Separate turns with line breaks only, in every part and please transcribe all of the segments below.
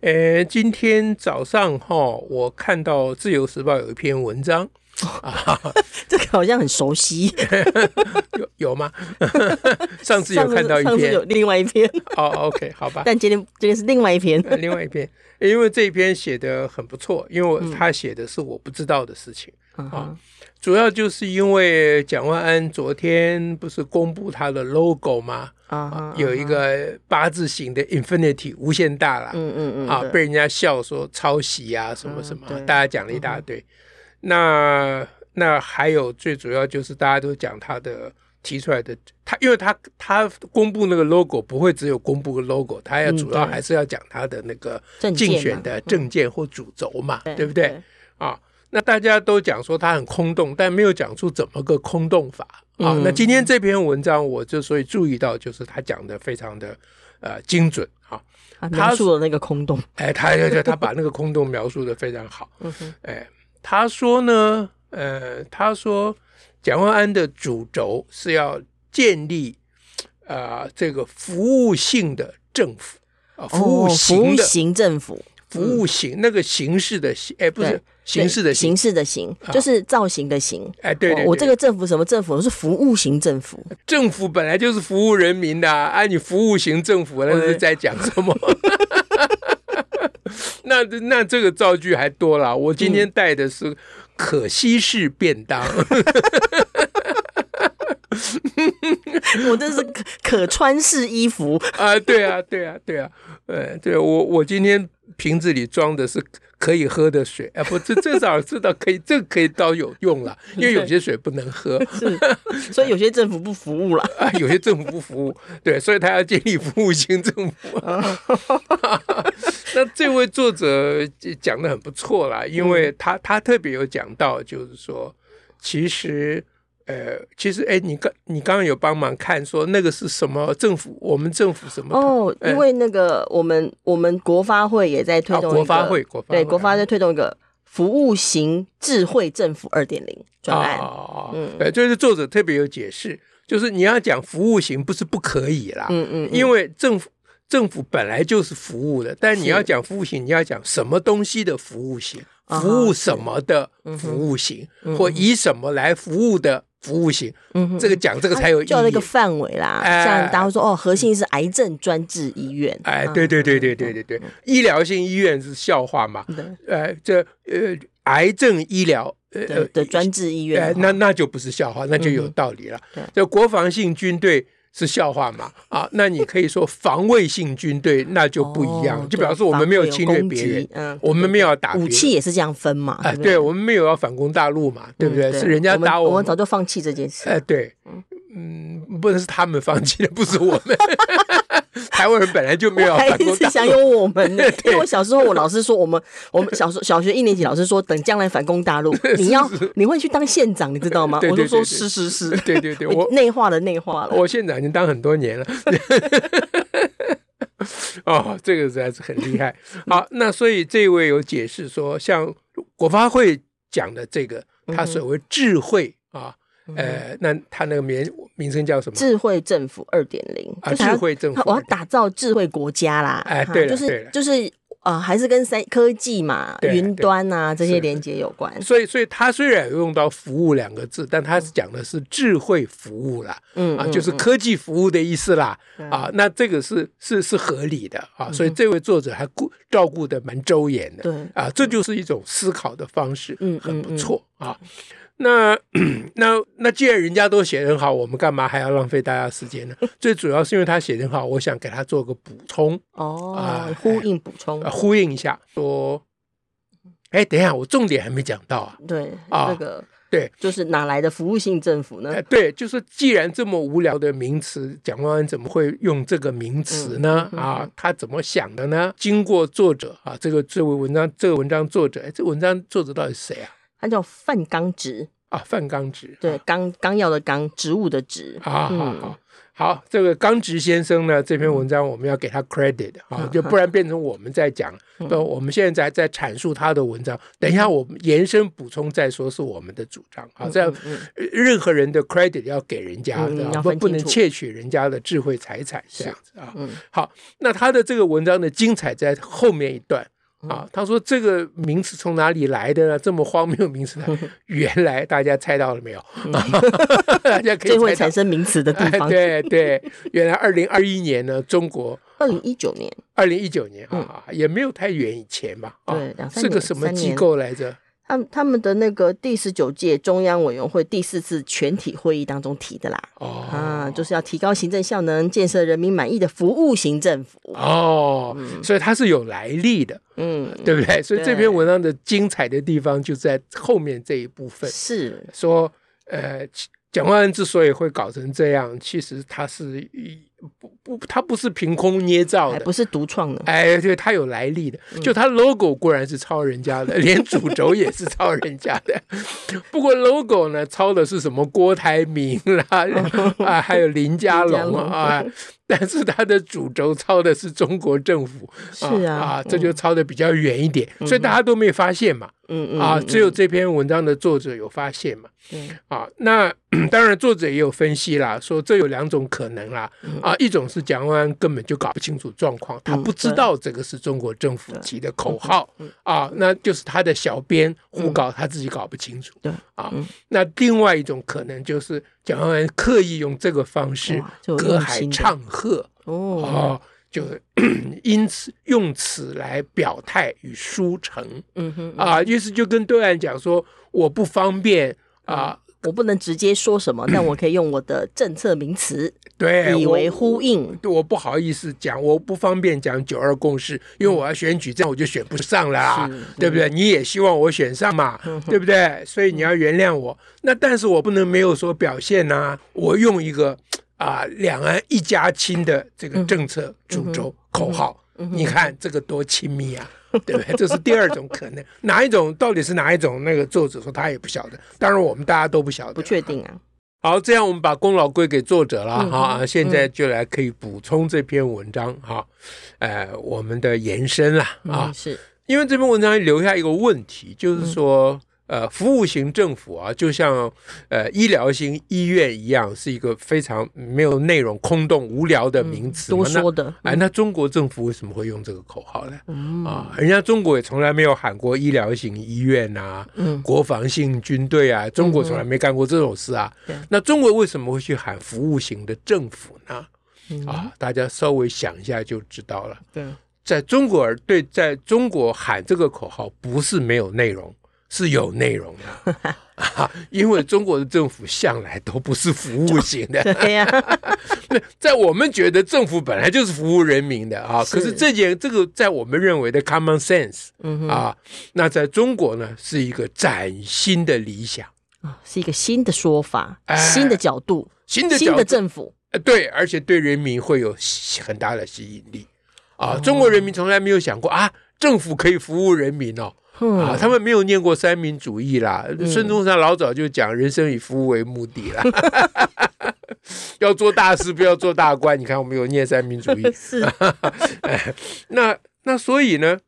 呃，今天早上哈，我看到《自由时报》有一篇文章，啊，
这个好像很熟悉。
有有吗？ 上次有看到
上
一
次有
篇，
另外一 篇，
哦，OK，好吧。
但今天这个是另外一篇。
呃另外一篇，因为这一篇写的很不错，因为我他写的是我不知道的事情，啊
嗯哼
主要就是因为蒋万安昨天不是公布他的 logo 吗？
啊
啊
哈，
有一个八字形的 infinity 无限大啦，
嗯嗯嗯
啊，
对
被人家笑说抄袭啊，什么什么，
嗯对
大家讲了一大堆。那那还有最主要就是大家都讲他的提出来的，他因为他他公布那个 logo 不会只有公布个 logo，他要
嗯
主要
对
还是要讲他的那个
证件
竞
嘛嗯
选的证件或主轴嘛，对不对
对？
啊，那大家都讲说它很空洞，但没有讲出怎么个空洞法啊。
嗯
那今天这篇文章，我之所以注意到，就是他讲的非常的呃精准啊。
啊
他
描述了那个空洞。
哎，他他他他把那个空洞描述的非常好。
嗯哼，
哎，他说呢，呃，他说蒋万安的主轴是要建立啊、呃这个服务性的政府啊，服务
哦服
型
务
的、
型政府，
服务型那个形式的形，哎，不是
对
形式的
对
形
形，式的形，就是造型的形。
哎，对对
我我
对
这个政府什么政府？我是服务型政府。
政府本来就是服务人民的啊，啊你服务型政府那是在讲什么？ 那那这个造句还多了，我今天带的是可惜式便当，
我这是可可穿式衣服，
啊，对啊，对啊，对啊，呃，对我我今天瓶子里装的是可以喝的水，哎、不，这至少知道可以，这个可以倒有用了，因为有些水不能喝
所以有些政府不服 务了。
啊，有些政府不服务，对，所以他要建立服务型政府。 那这位作者讲的很不错啦，因为他他特别有讲到，就是说，其实。呃，其实，哎，你刚你刚刚有帮忙看说那个是什么政府？我们政府什么？
哦，
哎
因为那个我们我们国发会也在推
啊
动一个
国发会国发
对
会
国发在推动一个服务型智慧政府二点零专
哦
案。嗯
哦哦哦对，就是作者特别有解释，就是你要讲服务型不是不可以啦，
嗯嗯，
因为政府。政府本来就是服务的，但你
是
要讲服务型，你要讲什么东西的服务型，
啊哈
服务什么的
嗯哼
服务型，或以什么来服务的服务型，
嗯哼
这个讲这个才有意义。
就那个范围啦，
哎
像大家会说哦，核心是癌症专治医院。啊
哎，
嗯
对对对对对对对，医疗性医院是笑话嘛？
对
呃，这呃，癌症医疗呃
对的专治医院
哎，
的话，
那那就不是笑话，那就有道理了。
嗯对
这国防性军队是笑话嘛？啊，那你可以说防卫性军队那就不一样，
哦
就表示我们没有侵略别，
对
人
防卫有攻击，嗯，
我们没有要打别
武
人
器。也是这样分嘛，
哎，
不
对，我们没有要反攻大陆嘛，对不对？
嗯
是人家打
我们，我
我
们早就放弃这件事。
哎，对，嗯，不能是他们放弃的，不是我们。 台湾人本来就没有要
我还
反
一
攻
直
大
想
陆。
有我 们呢，因为我小时候我老师说我们，我们小时候小学一年级老师说，等将来反攻大 陆，你要你会去当县长，你知道吗？
对
我
对
就说
对对
是是是，
对对对， 我
内化了内化了。
我县长已经当很多年了。 哦，这个实在是很厉害。好，那所以这位有解释说，像国发会讲的这个，
嗯
他所谓智慧啊，呃，那他那个名名称叫什么？
智慧政府二点零，
嗯啊
就想要
智慧政府
我要打造智慧国家啦。
哎
哈
对了
就
对
是
了
就是呃，还是跟三科技嘛、
对
云端啊这
是
些连接有关。
所以，所以他虽然有用到“服务”两个字，但他讲的是智慧服务啦，
嗯
啊，
嗯
就是科技服务的意思啦，啊，那这个是是是合理的啊，所以这位作者还顾照顾的蛮周延的，
嗯对
啊，这就是一种思考的方式，
嗯嗯
很不错啊。那那那既然人家都写得很好，我们干嘛还要浪费大家时间呢？ 最主要是因为他写得很好，我想给他做个补充，
哦
啊，
呼应补充
呃，呼应一下，说哎，等一下，我重点还没讲到啊。
对，
啊
这个
对，
就是哪来的服务性政府呢
哎，？对，就是既然这么无聊的名词，蒋万安怎么会用这个名词
嗯
呢？啊，他怎么想的呢？经过作者啊，这个这位文章，这个文章作者，哎，这文章作者到底是谁啊？
它叫泛纲植，
啊，范刚直。
对，纲纲要的纲，植物的植。
啊，好
嗯
好好，这个刚直先生呢，这篇文章我们要给
嗯
他 credit 啊，就不然变成我们在讲，不，我们现在在阐述他的文章。等一下，我们延伸补充再说，是我们的主张啊。这样，呃任何人的 credit 要给人家
嗯
的
要
啊，不
分
不
清
能
楚
窃取人家的智慧财产这
是
样子啊
嗯。
好，那他的这个文章的精彩在后面一段。啊，
嗯
他说这个名词从哪里来的呢？这么荒谬的名词呢， 原来大家猜到了没有？ 大家可以
最嗯会
猜到
产生名词的地
哎，
方。
对对，原来二零二一年呢，中国
二零一九年，
二零一九年啊，也没有太远以前吧？啊
嗯对两三
是个
年
什么
三
机
年
构来着？
他们他们的那个第十九届中央委员会第四次全体会议当中提的啦，
哦
啊，就是要提高行政效能，建设人民满意的服务型政府。
哦，所以它是有来历的，
嗯，
对不对？所以这
对
篇文章的精彩的地方就在后面这一部分，
是，
说呃，其蒋万安之所以会搞成这样，其实他是一不不，他不是凭空捏造
还
的
不。是独创呢。
哎，对，它有来历的，
嗯
就它 logo 固然是抄人家的，连主轴也是抄人家的。 不过 logo 呢，抄的是什么郭台铭啦，啊，还有林佳
林佳
龙
龙
啊，啊但是它的主轴抄的是中国政府，
是
啊
啊
这就抄的比较远一点，所以大家都没发现嘛，
嗯嗯
啊，
嗯
只有这篇文章的作者有发现嘛。
对
啊，那 当然作者也有分析啦，说这有两种可能啦，啊，一种是蒋万安根本就搞不清楚状况，他
嗯
不知
对
道这个是中国政府提的口号
嗯
啊，那就是他的小编胡搞，他自己搞不清楚
对，嗯
啊。那另外一种可能就是蒋万安刻意用这个方式
哇就有
隔
用
海
心的
唱和
哦，
哦，就是 因此用此来表态与抒成
嗯哼，
啊，于是就跟对岸讲说我不方便啊。
我不能直接说什么，但我可以用我的政策名词
对，
以
哎我
为呼应。
对，我不好意思讲，我不方便讲九二共识，因为我要选举，这样我就选不上了啊
嗯是嗯
对不对？你也希望我选上嘛，对不对？所以你要原谅我。那但是我不能没有所表现呐、我用一个啊、两岸一家亲的这
嗯
个政策主轴、口号，你看这个多亲密啊！对不对？这是第二种可能，哪一种到底是哪一种？那个作者说他也不晓得，当然我们大家都不晓得，
不确定啊，
好，这样我们把功劳归给作者了
嗯
哈、啊现在就来可以补充这篇文章哈、呃，我们的延伸啦啊、
嗯，是，
因为这篇文章留下一个问题，就是说，呃，服务型政府啊，就像呃医疗型医院一样，是一个非常没有内容、空洞、无聊的名词
嗯
嘛。
多
那
说的，
哎，那中国政府为什么会用这个口号呢？
嗯
啊，人家中国也从来没有喊过医疗型医院呐、
嗯
国防性军队啊，中国从来没干过这种事啊。
嗯对
那中国为什么会去喊服务型的政府呢？
嗯
啊，大家稍微想一下就知道了。
对，
在中国而对，在中国喊这个口号不是没有内容，是有内容 的。啊，因为中国的政府向来都不是服务型的，
对呀，
那在我们觉得政府本来就是服务人民的啊，
是
可是这件这个在我们认为的 common sense
嗯哼，
啊，那在中国呢是一个崭新的理想，
啊是一个新的说法
哎，
新的角度，
新的
新
角
的
度，
政府，
呃对，而且对人民会有吸很大的吸引力啊。
哦
中国人民从来没有想过啊，政府可以服务人民哦。啊，
嗯，
他们没有念过三民主义啦。孙中山老早就讲“人生以服务为目的”啦， 要做大事，不要做大官。你看，我们有念三民主义，
是，
那那所以呢，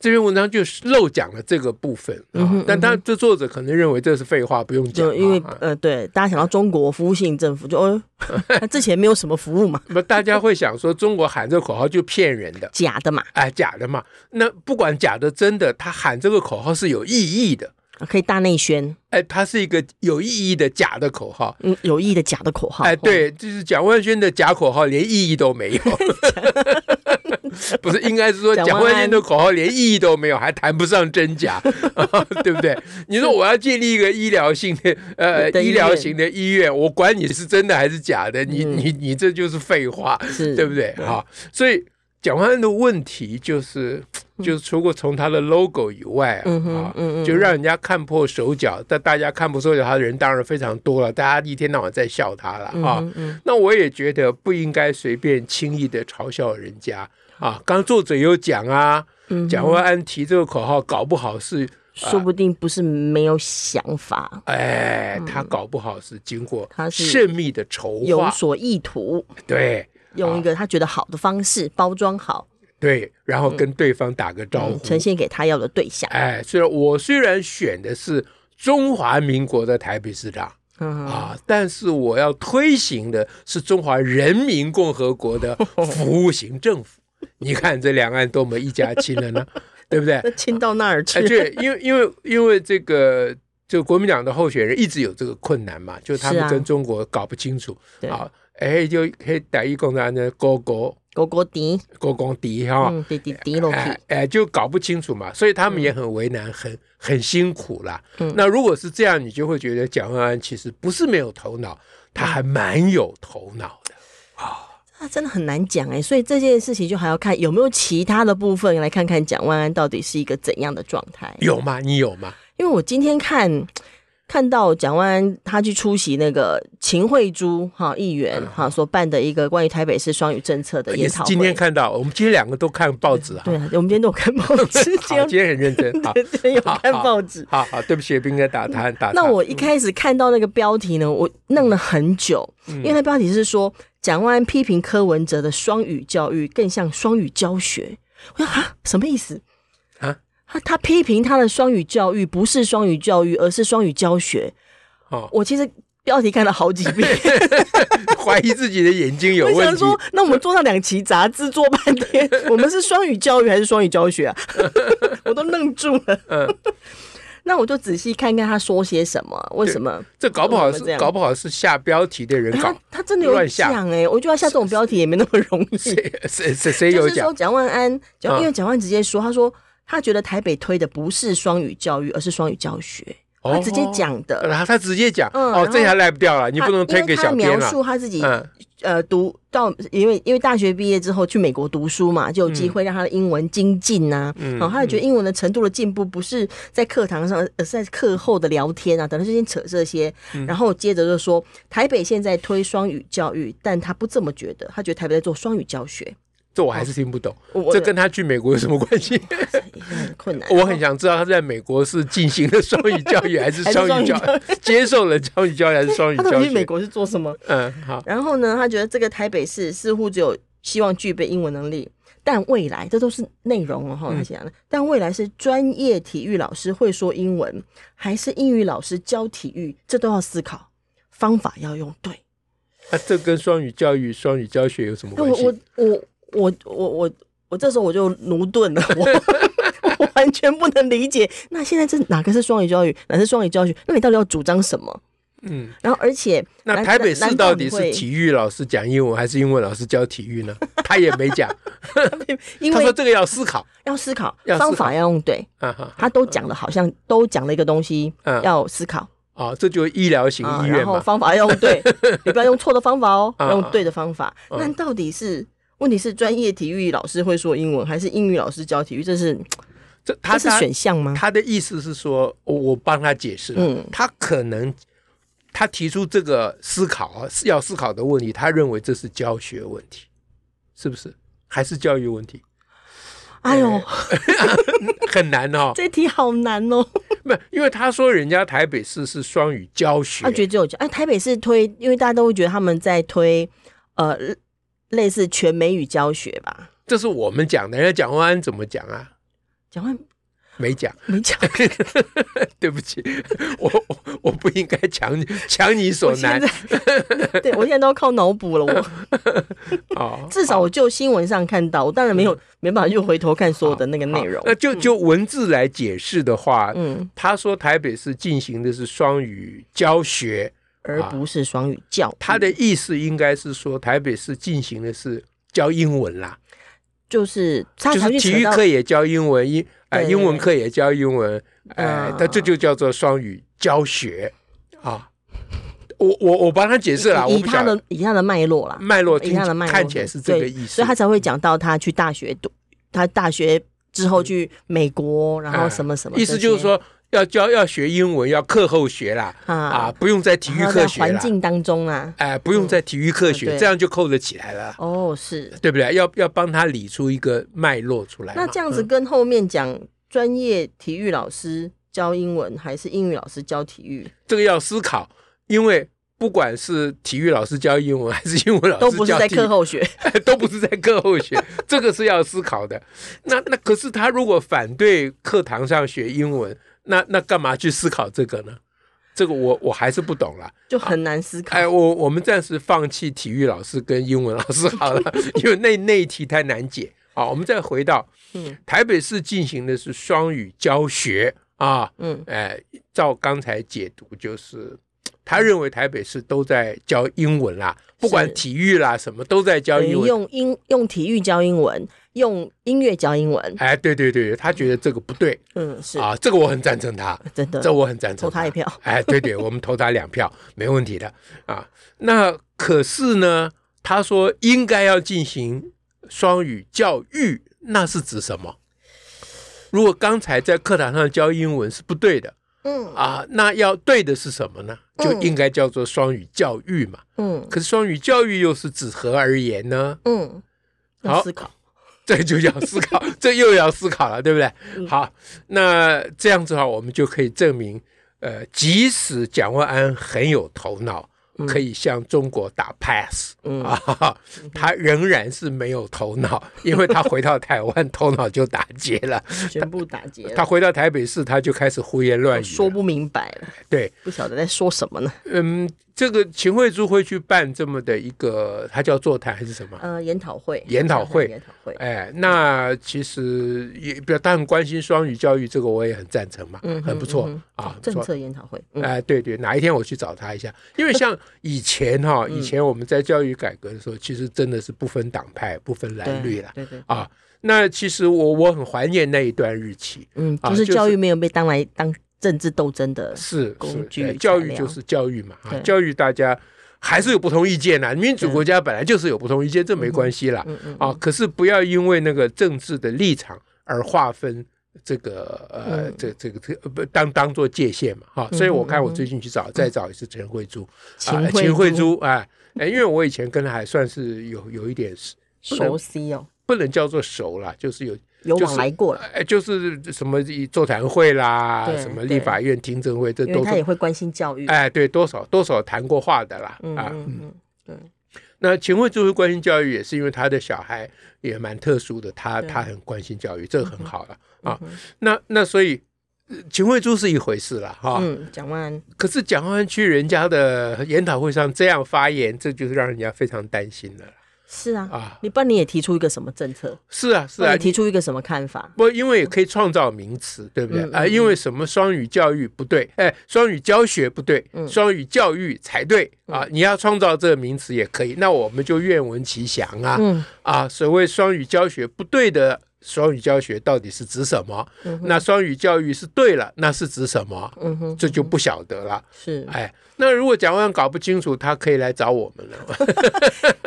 这篇文章就是漏讲了这个部分
嗯
啊
哼。
但他这作者可能认为这是废话，不用讲
就
啊。
因为
啊
呃，对，大家想到中国服务性政府，就 哦，那之前没有什么服务嘛，
不，大家会想说中国喊这口号就骗人的，
假的嘛，
哎，假的嘛。那不管假的真的，他喊这个口号是有意义的，
可以大内宣，
哎，它是一个有意义的假的口号。
嗯，有意义的假的口号，
哎，，对，就是蒋万轩的假口号连意义 都没有，不是应该是说
蒋
蒋
万
万轩的口号连意义都没有，还谈不上真假， 对不对？你说我要建立一个医疗性的呃
的医
医疗
院
型的医院，我管你是真的还是假的，你
嗯
你你这就是废话，
是，
对不对？好，所以蒋万安的问题就是，
嗯
就是除过从他的 logo 以外啊，啊就让人家看破手脚。但大家看破手脚，他的人当然非常多了，大家一天到晚在笑他了
嗯
啊。那我也觉得不应该随便轻易的嘲笑人家
嗯
啊。刚作者有讲啊，蒋万安提这个口号，搞不好是。
说不定不是没有想法，
哎，他搞不好是经过
嗯他是
缜密的筹
有
划，
所意图，
对
用一个他觉得好的方式包装好，
对，然后跟对方打个招
嗯
呼
呈。现给他要的对象。
哎，虽然我虽然选的是中华民国的台北市长
嗯，
啊，但是我要推行的是中华人民共和 国的服务型政府。你看这两岸多么一家亲 了呢，对不对？
那亲到那儿
哎，
去，
对，因为因为因为这个，就国民党的候选人一直有这个困难嘛，就是他
是
们
啊
跟中国搞不清楚
对
啊。哎，就嘿，台一共产党高高
狗狗迪，
高高低哈，
嗯，滴滴滴落
啊哎
去，
哎，就搞不清楚嘛，所以他们也很为难，很很辛苦啦。
嗯
那如果是这样，你就会觉得蒋万安其实不是没有头脑，他还蛮有头脑的。
那啊真的很难讲哎。所以这件事情就还要看有没有其他的部分来看看蒋万安到底是一个怎样的状态。
有吗？你有吗？
因为我今天看看到蒋万安他去出席那个秦惠珠哈议员哈所办的一个关于台北市双语政策的
嗯呃也
研
是
讨会。
今天看到，我们今天两个都看报纸哈。
对啊，我们今天都有看报纸，这
好，
样
今天很认真。 好，
今天有看报纸。
好好，对不起，不应该打他啊打
嗯
他。嗯
那我一开始看到那个标题呢，我弄了很久，
嗯
因为那标题是说蒋万安批评柯文哲的双语教育更像双语教学。我说啊，什么意思
啊？
他他批评他的双语教育不是双语教育，而是双语教学。
哦
我其实标题看了好几 遍，
怀疑自己的眼睛有
我
问
想
题。
说，那我们做到两期杂志做半 天，我们是双语教育还是双语教学啊？我都愣住了。
嗯
那我就仔细看看他说些什么，为什么
这搞不好
怎么这
是
样
搞不好是下标题的 人
他
搞，
他真的有
乱下
讲哎、我觉得他下这种标题也没那么容易。
谁 谁谁谁
就
有
是说
讲？
蒋万安，
嗯
蒋因为蒋万安直接说，他说他觉得台北推的不是双语教育，而是双语教学，他直接讲的。
然后他直接讲，
嗯
哦
然，后
这下赖不掉了，哦你不能推
他因为
给
他
小编
描
了。
述他自己
嗯，
呃，读到因为因为大学毕业之后去美国读书嘛，就有机会让他的英文精进呐、啊。
嗯
嗯，哦，他也觉得英文的程度的进步不是在课堂上，呃而是在课后的聊天啊，等等这些扯这些。
嗯
然后接着就说，台北现在推双语教育，但他不这么觉得，他觉得台北在做双语教学，
这我还是听不懂，
我我
这跟他去美国有什么 关系？
也呃很困难。
我很想知道他在美国是进行了双语教育还是
还是
双语教
双语，
接受了双语教育还是双 语
他到
教
底去美
学？
国是做什么？
嗯，好，
然后呢，他觉得这个台北市似乎只有希望具备英文能力，但未来这都是内容哦，哈
嗯
他讲的，但未来是专业体育老师会说英文，还是英语老师教体育，这都要思考，方法要用对。
那啊这跟双语教育、双语教学有什么
那
关
我
系
我？我我我我我这时候我就驽钝了， 我我完全不能理解。那现在这哪个是双语教育，哪是双语教学？那你到底要主张什么？
嗯，
然后而且
那
难
台北市
难
到
道
底
你
是
会
体育老师讲英文还是英文老师教体 育呢？他也没讲，
因
他说
为
这个要思考。
要思考
要思
方
考
法要用对。
啊哈，
他都讲了，好像都讲了一个东西，
嗯
要思考
哦，这就是医疗型
啊，
医
然
院
后
嘛。
方法要用 对，你不要用错的方法哦，
嗯
要用对的方法。
嗯
那到底是问题是专业体育老师会说英文，还是英语老师教体育？这是
这他
这是
他
选项吗？
他的意思是说，我我帮他解释了
嗯，
他可能他提出这个思考啊，是要思考的问题，他认为这是教学问题，是不是？还是教育问题？
哎呦，
很难哦，
这题好难哦。
不，因为他说人家台北市是双语教学
他，觉得只有哎，台北市推，因为大家都会觉得他们在推呃类似全美语教学吧。
这是我们讲的，人家蒋万安怎么讲啊？
讲完
没讲，啊
没讲，
对不起， 我我我不应该 强你强你所
我现
难
在对我现在都要靠脑补了，我。
哦。
至少我就新闻上看到，我当然没有没办法又回头看所有的那个内容
嗯好。哦呃那就就文字来解释的话，
嗯，
他说台北市进行的是双语教学，
而不是双语教育，
他的意思应该是说台北市进行的是教英文啦，
就是他
就是
才会
体
扯
育
到
课也教英文，英呃
对
英文课也教英文，哎
嗯，
那这就叫做双语教学啊。我我我帮他解释啦，我
以以
不
他
想
的以他的脉络啦，
脉络
以
听
他的脉络
看起来是这个
对
意思，嗯
所以他才会讲到他去大学读，他大学之后去美国，然后什么什么这些，
嗯意思就是说要教要学英文要课后学啦，
啊
啊，不用在体育
然后
课
在
学
环
啦，
境当中啊，
哎，不用在体育课
嗯
学，
对
这样就扣得起来了，
哦是，
对不对？要要帮他理出一个脉络出来嘛。
那这样子
嗯
跟后面讲专业体育老师教英文还是英语老师教体育，
这个要思考，因为不管是体育老师教英文还是英文老师
都不是
教
在
体育
课后学，
都不是在课 后学，这个是要思考的。那那可是他如果反对课堂上学英文，那那干嘛去思考这个呢？这个我我还是不懂 啦。
就很难思考。
哎，我我们暂时放弃体育老师跟英文老师好 了，因为那那一题太难解。好，我们再回到
嗯
台北市进行的是双语教学啊，
嗯
哎，照刚才解读就是。他认为台北市都在教英文啦，不管
是
体育啦什么都在教
等于
英文，
用英用体育教英文，用音乐教英 文，
哎，对对对，他觉得这个不对
嗯是
啊，这个我很赞成他，
真的
这我很赞成，
投他一。票，
哎，对对，我们投他两 票，没问题的啊。那可是呢，他说应该要进行双语教育，那是指什么？如果刚才在课堂上教英文是不对的
嗯
啊，那要对的是什么呢？就
嗯
应该叫做双语教育嘛。
嗯
可是双语教育又是指何而言呢？
嗯，要
好
思考，
这就要思考，这又要思考了，对不对？
嗯
好，那这样子的话，我们就可以证明，呃，即使蒋万安很有头脑，
嗯
可以向中国打 pass、
嗯
啊，他仍然是没有头脑，因为他回到台湾 头脑就打结了，
全部打结了
他回到台北市他就开始胡言乱语了，
说不明白了，
对，
不晓得在说什么呢。
嗯，这个秦惠珠会去办这么的一个，他叫座谈还是什么？
呃，研讨会，
研讨会
研讨会，
哎，那其实也表他很关心双语教育，这个我也很赞成嘛，
嗯哼
很不错、
嗯
啊，不
政
错。
策研讨会，嗯
哎，对对，哪一天我去找他一下，因为像以前
嗯
哈，以前我们在教育改革的时候，其实真的是不分党派、不分蓝绿啦。
对对，对
啊。那其实我我很怀念那一段日期，
嗯，
啊
就是
就是
教育没有被当来当政治斗争的，
是
工具
是哎
材
教育
料
就是教育嘛，啊
对
教育大家还是有不同意见啦。民主
对
国家本来就是有不同意见，这没关系啦。
嗯嗯，
啊，可是不要因为那个政治的立场而划分这个呃，
嗯
这这个这个呃不当当做界限嘛，哈、所以我看我最近去找，再找一次陈慧珠，啊
秦
秦慧
惠珠
珠，哎、哎，因为我以前跟她还算是有有一点不能
熟悉哦，
不能叫做熟啦，就是有
有
就是
往来过了，
哎，就是什么座谈会啦
对，
什么
对
立法院听证会，这
因为
都
他也
是
会关心教育，
哎，对，多少多少谈过话的啦，
嗯
啊，
嗯嗯，
那秦惠珠会关心教育，也是因为他的小孩也蛮特殊的，他
对
他很关心教育，这个很好了、啊。
嗯哼
那那所以呃秦惠珠是一回事了哈、
嗯，蒋万安，
可是蒋万安去人家的研讨会上这样发言，这就是让人家非常担心了
是啊，
啊。
你不然你也提出一个什么政策，
是啊，是
或者
啊，
提出一个什么看法，
不，因为也可以创造名词，对不对
嗯嗯
啊？因为什么双语教育不对，哎，双语教学不对，
嗯
双语教育才对啊！你要创造这个名词也可以，那我们就愿闻其详啊。
嗯
啊，所谓双语教学不对的双语教学到底是指什么？那双语教育是对了，那是指什么？
嗯哼，
这就不晓得了。
是，
哎，那如果蒋万安搞不清楚，他可以来找我们了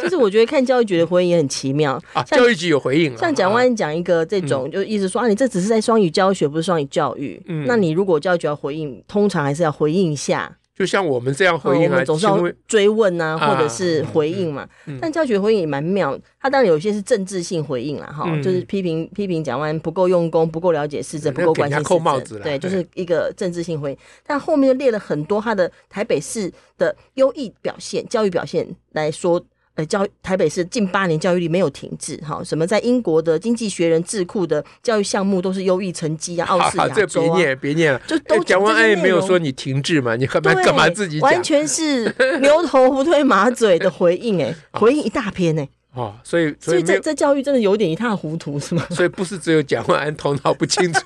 就是我觉得看教育局的回应也很奇 妙，
啊。教育局有回应了，啊
像蒋万安讲一个这种，就意思说啊，你这只是在双语教学，不是双语教育。
嗯
那你如果教育局要回应，通常还是要回应一下，
就像我们这样回
呃
应
我
啊，
们总是要
因为
追问啊，
啊
或者是回应嘛。
嗯
但教育局回应也蛮妙，他当然有一些是政治性回应啦，哈、
嗯
就是批评批评蒋万安不够用功，不够了解市政，
嗯
不够关心
那给
市
人家扣帽
政，
子啦
对，
对
就是一个政治性回应。但后面就列了很多他的台北市的优异表现、教育表现来说，呃，教台北市近八年教育力没有停滞，哈，什么在英国的《经济学人》智库的教育项目都是优异成绩 啊，傲视
好
亚
好这别
洲啊，
念别念了。
就都
哎蒋万安也没有说
你
你停滞嘛，你干嘛干嘛自己
完
讲
全是牛头不对马嘴的回应、 哎，回应一大篇哎、
哦？所以
所
所
以
以没
这
有，
这教育真的有点一塌糊涂，是 吗？
所以不是只有蒋万安头脑不清 楚，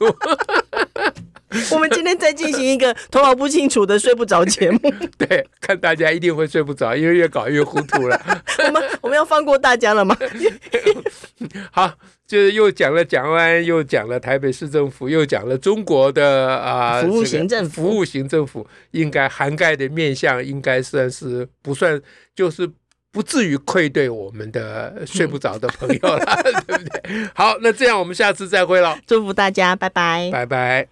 我们今天在进行一个头脑不清楚的睡不着节目，
对，看大家一定会睡不着，因为越搞越糊涂了。
我们我们要放过大家 了吗？
好，就是又讲了蒋万安，又讲了台北市政府，又讲了中国的啊、
服务
这个
型政府
服务型政府应该涵盖的面向应该算是不算，就是不至于愧对我们的睡不着的朋 友了，对不对？好，那这样我们下次再会了，
祝福大家，拜拜。
拜拜。